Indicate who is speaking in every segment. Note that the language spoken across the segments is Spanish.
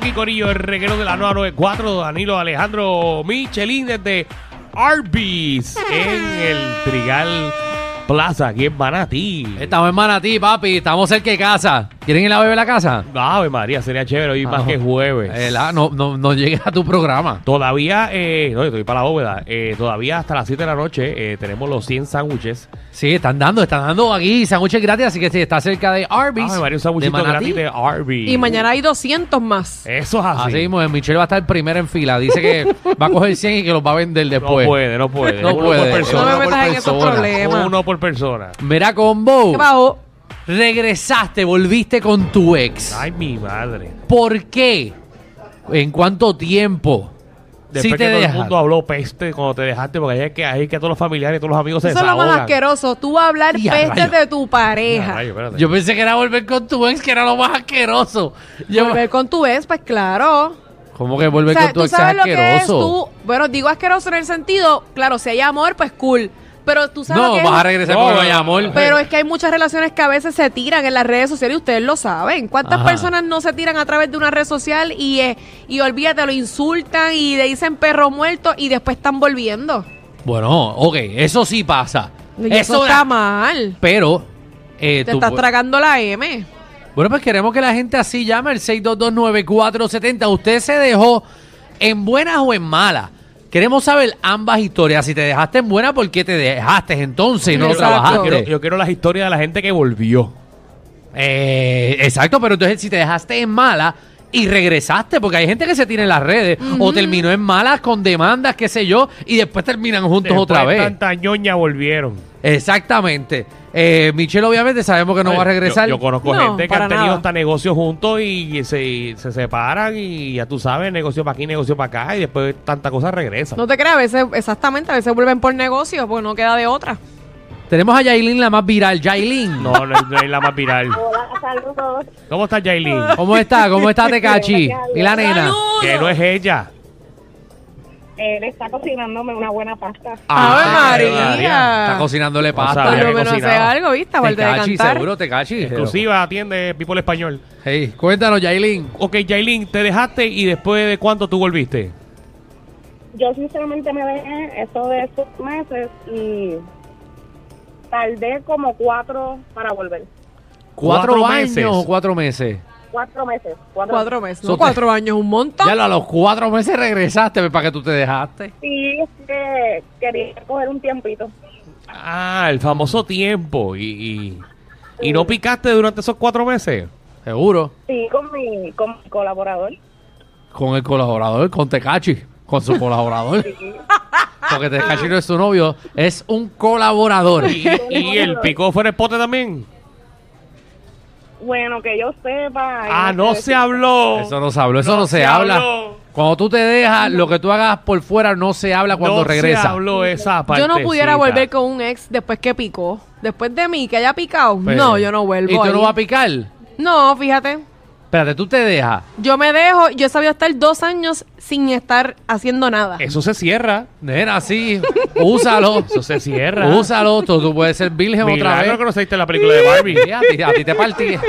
Speaker 1: Aquí Corillo, el reguero de la 994, Danilo Alejandro Michelin desde Arby's en el Trigal Plaza, aquí en Manatí.
Speaker 2: Estamos en Manatí, papi. Estamos cerca de casa. ¿Quieren ir a beber a la casa?
Speaker 1: Ave María, sería chévere hoy más
Speaker 2: Ah,
Speaker 1: que jueves.
Speaker 2: Eh, la- no, no, no llegues a tu programa.
Speaker 1: Todavía, eh, no, yo estoy para la bóveda, eh, todavía hasta las 7 de la noche eh, tenemos los 100 sándwiches.
Speaker 2: Sí, están dando, están dando aquí sándwiches gratis, así que si está cerca de Arby's,
Speaker 1: Ave María, un
Speaker 2: de
Speaker 1: sándwichito
Speaker 2: Manatí,
Speaker 1: gratis de Arby's.
Speaker 3: Y mañana hay 200 más.
Speaker 1: Eso es
Speaker 2: así
Speaker 1: así.
Speaker 2: mismo, eh, Michelle va a estar primero en fila. Dice que va a coger 100 y que los va a vender
Speaker 1: no
Speaker 2: después.
Speaker 1: puede, no puede.
Speaker 2: No
Speaker 1: uno
Speaker 2: puede.
Speaker 1: por
Speaker 3: No
Speaker 1: persona.
Speaker 3: me metas en esos
Speaker 2: persona.
Speaker 3: problemas.
Speaker 1: uno por persona.
Speaker 2: Mira, Combo,
Speaker 3: ¿Qué pasó?
Speaker 2: regresaste, volviste con tu ex.
Speaker 1: Ay, mi madre.
Speaker 2: ¿Por qué? ¿En cuánto tiempo?
Speaker 1: Después
Speaker 2: Si
Speaker 1: que
Speaker 2: te
Speaker 1: todo el
Speaker 2: dejas.
Speaker 1: mundo habló peste cuando te dejaste, porque ahí es que, ahí es que todos los familiares y todos los amigos se
Speaker 3: Eso es lo
Speaker 1: desahogan.
Speaker 3: más asqueroso. Tú vas a hablar
Speaker 2: Y a
Speaker 3: peste
Speaker 2: rayos.
Speaker 3: de tu
Speaker 1: Ya,
Speaker 3: pareja.
Speaker 1: rayo, espérate.
Speaker 2: Yo pensé que era volver con tu ex, que era lo más asqueroso. Yo-
Speaker 3: Volver con tu ex, pues claro.
Speaker 2: ¿Cómo que
Speaker 3: O
Speaker 2: volver
Speaker 3: sea,
Speaker 2: con tu
Speaker 3: tú
Speaker 2: ex es
Speaker 3: sabes lo que es
Speaker 2: asqueroso?
Speaker 3: tú. Bueno, digo asqueroso en el sentido, claro, si hay amor, pues cool. Pero tú sabes lo
Speaker 2: No,
Speaker 3: que
Speaker 2: vas
Speaker 3: es-
Speaker 2: a regresar
Speaker 1: No,
Speaker 2: porque no hay
Speaker 1: no,
Speaker 2: amor.
Speaker 3: Pero es que hay muchas relaciones que a veces se tiran en las redes sociales y ustedes lo saben. ¿Cuántas
Speaker 2: Ajá.
Speaker 3: personas no se tiran a través de una red social y, eh, y olvídate, lo insultan y le dicen perro muerto y después están volviendo?
Speaker 2: Bueno, ok, eso sí pasa.
Speaker 3: Y eso,
Speaker 2: Eso
Speaker 3: está
Speaker 2: da-
Speaker 3: mal.
Speaker 2: Pero, eh,
Speaker 3: Te
Speaker 2: tú-
Speaker 3: estás tragando la M.
Speaker 2: bueno, pues queremos que la gente así llame al 6229470. Usted se dejó en buenas o en malas. Queremos saber ambas historias. Si te dejaste en buena, ¿por qué te dejaste entonces y no lo
Speaker 3: Exacto.
Speaker 1: Yo
Speaker 2: trabajaste?
Speaker 1: quiero, yo quiero las historias de la gente que volvió.
Speaker 2: Eh, exacto, pero entonces si te dejaste en mala y regresaste, porque hay gente que se tira en las redes o terminó en malas con demandas, qué sé yo, y después terminan juntos
Speaker 1: Después
Speaker 2: otra vez.
Speaker 1: Tanta ñoña volvieron.
Speaker 2: Exactamente. Eh, Michelle, obviamente, sabemos que no va a
Speaker 1: Yo-
Speaker 2: regresar.
Speaker 1: Yo, conozco
Speaker 3: No,
Speaker 1: gente que
Speaker 3: para
Speaker 1: han tenido
Speaker 3: nada.
Speaker 1: hasta negocios juntos y se, se separan y ya tú sabes, negocio para aquí, negocio para acá y después tanta cosa regresa.
Speaker 3: No te creas, a veces, exactamente, a veces vuelven por negocios porque no queda de otra.
Speaker 2: Tenemos a Yailin, la más viral. Yailin,
Speaker 1: No, no, es- no es la más viral.
Speaker 4: Hola, saludos.
Speaker 1: ¿Cómo está Jailin?
Speaker 2: ¿cómo está? ¿Cómo está Tecachi?
Speaker 4: Gracias a Dios.
Speaker 2: Y la nena.
Speaker 1: Que no es ella.
Speaker 4: Él Eh, está cocinándome una buena pasta.
Speaker 2: Ah,
Speaker 3: ¡Ave
Speaker 2: Tecachi,
Speaker 3: María!
Speaker 2: Está cocinándole pasta.
Speaker 1: sabía
Speaker 3: Por
Speaker 1: había
Speaker 3: lo menos hace
Speaker 1: cocinado.
Speaker 3: algo, ¿viste? Aparte de
Speaker 2: Tecachi,
Speaker 3: cantar.
Speaker 2: seguro, Tecachi.
Speaker 1: Exclusiva, atiende People Español.
Speaker 2: Hey, cuéntanos, Yailin.
Speaker 1: Ok, Jailin, te dejaste y después de cuánto tú volviste.
Speaker 4: Yo sinceramente me dejé eso de esos meses y tardé como cuatro para volver.
Speaker 2: ¿Cuatro,
Speaker 1: Cuatro
Speaker 2: años
Speaker 1: meses.
Speaker 2: o cuatro meses?
Speaker 4: Cuatro meses. Cuatro,
Speaker 3: Cuatro meses.
Speaker 2: So-
Speaker 3: No, cuatro años, un montón.
Speaker 2: Ya lo- a los cuatro meses regresaste para que tú te dejaste.
Speaker 4: Sí, es que quería coger un tiempito.
Speaker 1: Ah, el famoso tiempo. Y, y, y no picaste durante esos cuatro meses.
Speaker 2: Seguro.
Speaker 4: Sí, con mi, con mi colaborador.
Speaker 2: Con el colaborador, con Tecachi. Con su colaborador. Porque Tecachi no es su novio, es un colaborador.
Speaker 1: Y, y el picó fuera el pote también.
Speaker 4: Bueno, que yo sepa.
Speaker 1: Ah,
Speaker 4: sé
Speaker 1: no
Speaker 4: decir-
Speaker 1: se habló.
Speaker 2: Eso no se habló, eso no, se,
Speaker 1: se
Speaker 2: habla.
Speaker 1: habló.
Speaker 2: Cuando tú te dejas, lo que tú hagas por fuera no se habla cuando
Speaker 1: no
Speaker 2: regresa.
Speaker 1: Se habló esa parte.
Speaker 3: Yo no pudiera volver con un ex después que picó. Después de mí, que haya picado.
Speaker 2: Pues,
Speaker 3: no, yo no vuelvo.
Speaker 2: ¿Y tú
Speaker 3: ahí.
Speaker 2: no vas a picar?
Speaker 3: No, fíjate.
Speaker 2: Espérate, tú te dejas.
Speaker 3: Yo me dejo, yo he sabido estar dos años sin estar haciendo nada.
Speaker 1: Eso se cierra.
Speaker 2: Nena, sí, úsalo.
Speaker 1: Eso se cierra.
Speaker 2: úsalo, tú, tú puedes ser virgen otra
Speaker 1: Milagro
Speaker 2: vez.
Speaker 1: que no saliste en la película de Barbie.
Speaker 2: Sí, a, ti, a ti te partieron.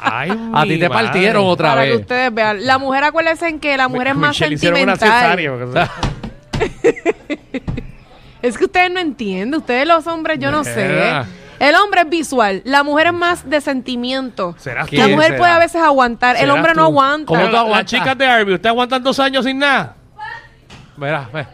Speaker 1: Ay,
Speaker 2: A ti
Speaker 1: mi
Speaker 2: te
Speaker 1: madre.
Speaker 2: partieron otra
Speaker 3: para que
Speaker 2: vez.
Speaker 3: ustedes vean. La mujer, acuérdense en que la mujer es más
Speaker 1: Michelle hicieron una
Speaker 3: sentimental.
Speaker 1: cesárea, porque-
Speaker 3: Es que ustedes no entienden, ustedes los hombres, yo no sé.
Speaker 2: Mira.
Speaker 3: El hombre es visual, la mujer es más de sentimiento.
Speaker 1: ¿Serás
Speaker 3: La
Speaker 1: tú?
Speaker 3: mujer
Speaker 1: ¿Será?
Speaker 3: puede a veces aguantar, el
Speaker 1: ¿Serás
Speaker 3: hombre no
Speaker 1: tú?
Speaker 3: aguanta.
Speaker 2: ¿Cómo
Speaker 1: Mira,
Speaker 2: tú
Speaker 1: la-
Speaker 2: aguantas?
Speaker 1: Las chicas de Arby, ¿ustedes aguantan dos años sin nada?
Speaker 2: Verás, ve.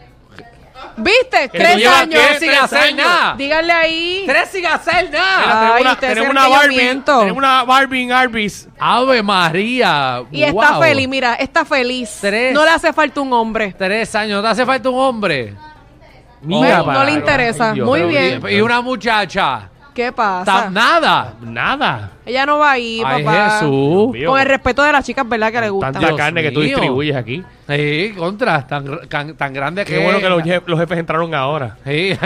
Speaker 3: ¿Viste?
Speaker 1: tú
Speaker 3: Tres
Speaker 1: llevas
Speaker 3: años.
Speaker 1: qué?
Speaker 2: sin
Speaker 1: tres
Speaker 2: hacer
Speaker 1: años.
Speaker 2: nada.
Speaker 3: Díganle ahí.
Speaker 2: Tres sin hacer nada.
Speaker 3: Ay,
Speaker 1: tenemos una,
Speaker 3: ustedes
Speaker 1: tenemos
Speaker 3: creen
Speaker 1: una
Speaker 3: que yo
Speaker 1: Barbie.
Speaker 3: miento.
Speaker 1: Tenemos una Barbie en Arby's.
Speaker 2: Ave María.
Speaker 3: Y está
Speaker 2: guau.
Speaker 3: feliz, mira, está feliz.
Speaker 2: Tres.
Speaker 3: No le hace falta un hombre.
Speaker 2: Tres años, no te hace falta un hombre.
Speaker 3: Mira No, no
Speaker 1: para
Speaker 3: le
Speaker 1: acá.
Speaker 3: interesa.
Speaker 1: Dios,
Speaker 3: Muy
Speaker 1: pero
Speaker 3: bien.
Speaker 2: Y una muchacha.
Speaker 3: ¿Qué
Speaker 2: Tan-
Speaker 3: pasa?
Speaker 2: nada.
Speaker 1: Nada.
Speaker 3: Ella no va a ir,
Speaker 2: Ay,
Speaker 3: papá.
Speaker 2: Jesús.
Speaker 1: Dios mío,
Speaker 3: Con el respeto de las chicas, ¿verdad? Que le gusta.
Speaker 1: Tanta
Speaker 2: Dios
Speaker 1: carne que tú
Speaker 2: mío.
Speaker 1: distribuyes aquí.
Speaker 2: Sí, contra, tan, tan, tan grande
Speaker 1: Qué
Speaker 2: que
Speaker 1: bueno que los, jef- los jefes entraron ahora.
Speaker 2: Sí.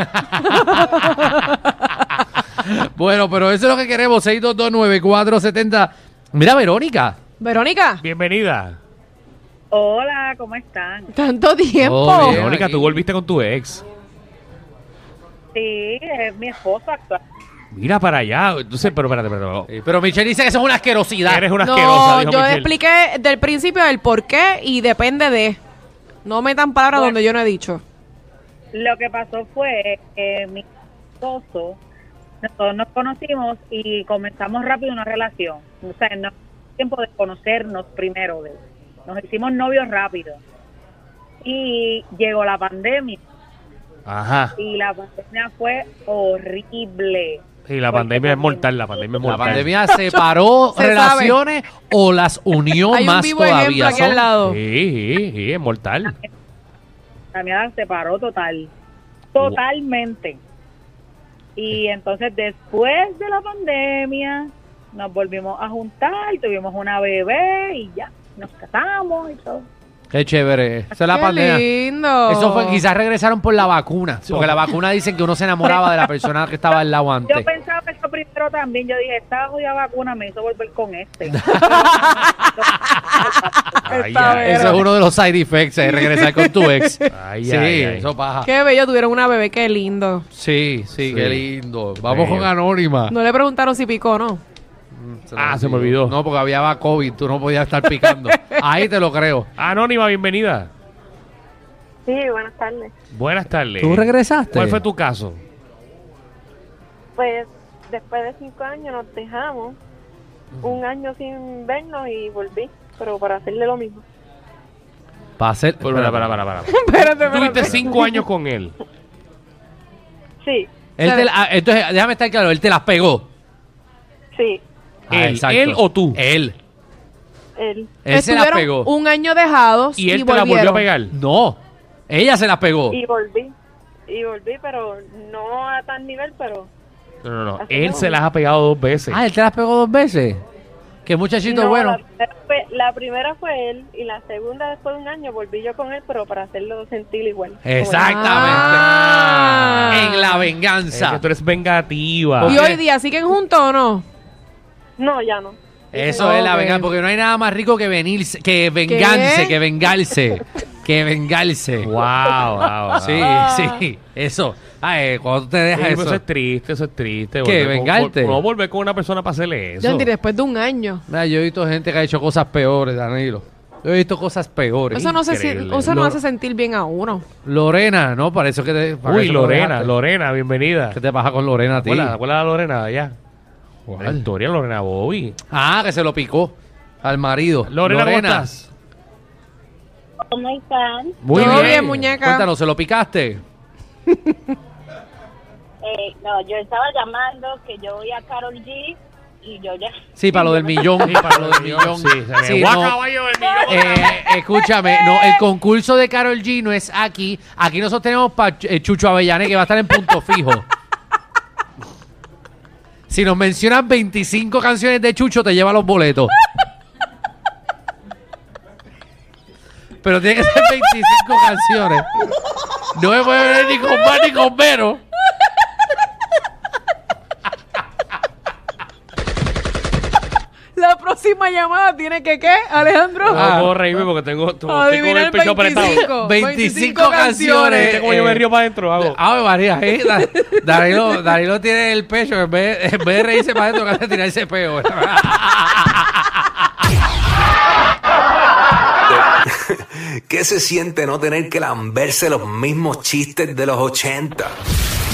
Speaker 2: bueno, pero eso es lo que queremos, 6229470. Mira, Verónica.
Speaker 3: Verónica,
Speaker 1: Bienvenida.
Speaker 4: Hola, ¿cómo están?
Speaker 3: tanto tiempo.
Speaker 2: Oh, bien.
Speaker 1: Eh, Verónica, tú
Speaker 2: aquí.
Speaker 1: volviste con tu ex.
Speaker 4: Sí, es mi esposo actual.
Speaker 1: Mira para allá. Entonces, pero espérate, espérate.
Speaker 2: Pero Michelle dice que eso es una asquerosidad.
Speaker 1: Eres una asquerosa,
Speaker 3: no,
Speaker 1: dijo
Speaker 3: yo
Speaker 1: Michelle.
Speaker 3: expliqué del principio el por qué y depende de. No metan palabras
Speaker 4: Bueno.
Speaker 3: donde yo no he dicho.
Speaker 4: Lo que pasó fue que mi esposo, nosotros nos conocimos y comenzamos rápido una relación. O sea, no tiempo de conocernos primero. de- Nos hicimos novios rápido. Y llegó la pandemia
Speaker 1: Ajá.
Speaker 4: y la pandemia fue horrible.
Speaker 1: Y la
Speaker 4: Porque
Speaker 1: pandemia es
Speaker 4: también-
Speaker 1: mortal, la pandemia es
Speaker 2: La
Speaker 1: mortal.
Speaker 2: pandemia separó
Speaker 3: Se
Speaker 2: relaciones o las unió
Speaker 3: Hay un
Speaker 2: más
Speaker 3: vivo ejemplo
Speaker 2: todavía.
Speaker 3: aquí al
Speaker 2: Son-
Speaker 3: lado.
Speaker 1: Sí, sí, sí, es mortal.
Speaker 4: La mía se paró total. Totalmente. Y entonces después de la pandemia nos volvimos a juntar, tuvimos una bebé y ya, nos casamos y todo.
Speaker 2: Qué chévere. Esa es la
Speaker 3: Qué
Speaker 2: pandemia.
Speaker 3: lindo.
Speaker 2: Eso fue, quizás regresaron por la vacuna. Porque
Speaker 1: por-
Speaker 2: la vacuna dicen que uno se enamoraba de la persona que estaba al lado
Speaker 4: Yo
Speaker 2: antes.
Speaker 4: pensaba eso primero también, yo dije, esta jodida vacuna me hizo volver con este.
Speaker 1: Ay,
Speaker 3: Esta
Speaker 1: ay,
Speaker 3: Pero-
Speaker 2: Eso es uno de los side effects, eh, regresar con tu ex.
Speaker 1: Ay,
Speaker 2: sí,
Speaker 1: ay, ay.
Speaker 2: eso paja.
Speaker 3: Qué bello, tuvieron una bebé, qué lindo.
Speaker 2: Sí, sí,
Speaker 1: Sí.
Speaker 2: qué lindo. Vamos
Speaker 1: Sí.
Speaker 2: con Anónima.
Speaker 3: No le preguntaron si picó, ¿no?
Speaker 1: Ah, se me olvidó.
Speaker 2: No, porque había COVID, tú no podías estar picando. Ahí te lo creo.
Speaker 1: Anónima, bienvenida.
Speaker 4: Sí, buenas tardes.
Speaker 1: Buenas tardes.
Speaker 2: regresaste?
Speaker 1: ¿Cuál fue tu caso?
Speaker 5: Pues después de cinco años nos dejamos, un año sin vernos y volví, pero para hacerle lo mismo.
Speaker 2: Para hacer...
Speaker 1: Pero, para, para, para, para.
Speaker 3: Espérate,
Speaker 1: Tuviste cinco años con él.
Speaker 5: Sí,
Speaker 2: Él te la- ah, entonces, déjame estar claro, él te las pegó.
Speaker 5: sí,
Speaker 2: Ah,
Speaker 1: Él,
Speaker 2: exacto.
Speaker 1: él o tú.
Speaker 2: Él.
Speaker 5: él.
Speaker 2: Él se las
Speaker 3: Estuvieron
Speaker 2: pegó.
Speaker 3: un año dejados
Speaker 1: Y
Speaker 3: y,
Speaker 1: él te la
Speaker 3: volvieron.
Speaker 1: volvió a pegar.
Speaker 2: No, ella se las pegó.
Speaker 5: Y volví, y volví, pero no a tal nivel, pero
Speaker 1: No, no, no.
Speaker 5: Así
Speaker 1: Él
Speaker 5: no.
Speaker 1: se las ha pegado dos veces.
Speaker 2: Ah, él te las pegó dos veces. Qué muchachito
Speaker 5: no,
Speaker 2: bueno.
Speaker 5: la, primera fue, la primera fue él y la segunda después de un año volví yo con él, pero para hacerlo sentir igual.
Speaker 2: Exactamente.
Speaker 3: Ah.
Speaker 2: En la
Speaker 1: Es
Speaker 2: venganza.
Speaker 1: que tú eres vengativa.
Speaker 3: Y hoy día siguen juntos o no?
Speaker 5: No, ya no.
Speaker 2: Eso es la
Speaker 3: Ok.
Speaker 2: venganza, porque no hay nada más rico que venirse, que vengarse,
Speaker 3: ¿Qué?
Speaker 2: que vengarse, que vengarse.
Speaker 1: Wow, wow, wow.
Speaker 2: Sí, sí, eso. Ay, eh, cuando te
Speaker 1: Sí,
Speaker 2: dejas
Speaker 1: pero
Speaker 2: eso.
Speaker 1: eso es triste, eso es triste.
Speaker 2: ¿Qué,
Speaker 1: Volver con-
Speaker 2: vengarte?
Speaker 1: vol- No volver con una persona para hacerle eso.
Speaker 3: Yo diré, después de un año.
Speaker 2: Mira, yo he visto gente que ha hecho cosas peores, Danilo. Yo he visto cosas peores.
Speaker 3: Eso no, se,
Speaker 1: Increíble.
Speaker 3: sien- eso no
Speaker 2: Lo-
Speaker 3: hace sentir bien a uno.
Speaker 2: Lorena, ¿no? Para eso que te. para
Speaker 1: Uy,
Speaker 2: eso que
Speaker 1: Lorena,
Speaker 2: dejaste.
Speaker 1: Lorena, bienvenida.
Speaker 2: ¿Qué te pasa con Lorena a ti?
Speaker 1: Hola, ¿cuál era Lorena de allá? La
Speaker 2: ¿Cuál?
Speaker 1: historia Lorena Bobby.
Speaker 2: Ah, que se lo picó al marido.
Speaker 1: Lorena, ¿cómo estás?
Speaker 4: ¿Cómo están?
Speaker 1: Muy
Speaker 3: Todo
Speaker 1: bien.
Speaker 3: bien, muñeca.
Speaker 2: Cuéntanos, ¿se lo picaste?
Speaker 4: eh, no, yo estaba llamando que yo voy a Carol G y yo ya...
Speaker 2: Sí, para lo del millón.
Speaker 1: Sí, para lo del millón. Sí, se me
Speaker 2: Sí,
Speaker 1: guaca,
Speaker 2: no.
Speaker 1: caballo del millón.
Speaker 2: Eh, escúchame, no, el concurso de Carol G no es aquí. Aquí nosotros tenemos para Chucho Avellane que va a estar en punto fijo. Si nos mencionas 25 canciones de Chucho, te lleva los boletos. Pero tiene que ser 25 canciones. No me puede venir ni con más ni con menos.
Speaker 3: La próxima llamada tiene que, ¿qué, Alejandro?
Speaker 1: No puedo reírme porque tengo, tu- tengo
Speaker 3: Adivinar
Speaker 1: el pecho apretado. Eh,
Speaker 3: 25.
Speaker 2: 25 canciones.
Speaker 1: ¿Viste cómo yo me río para adentro? Hago.
Speaker 2: Ave María, eh, Da- Danilo, Danilo tiene el pecho, en vez, en vez de reírse para adentro, que hace tirarse peo.
Speaker 6: ¿Qué se siente no tener que lamberse los mismos chistes de los 80?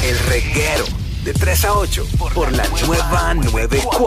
Speaker 6: El reguero de 3 a 8 por la nueva 94.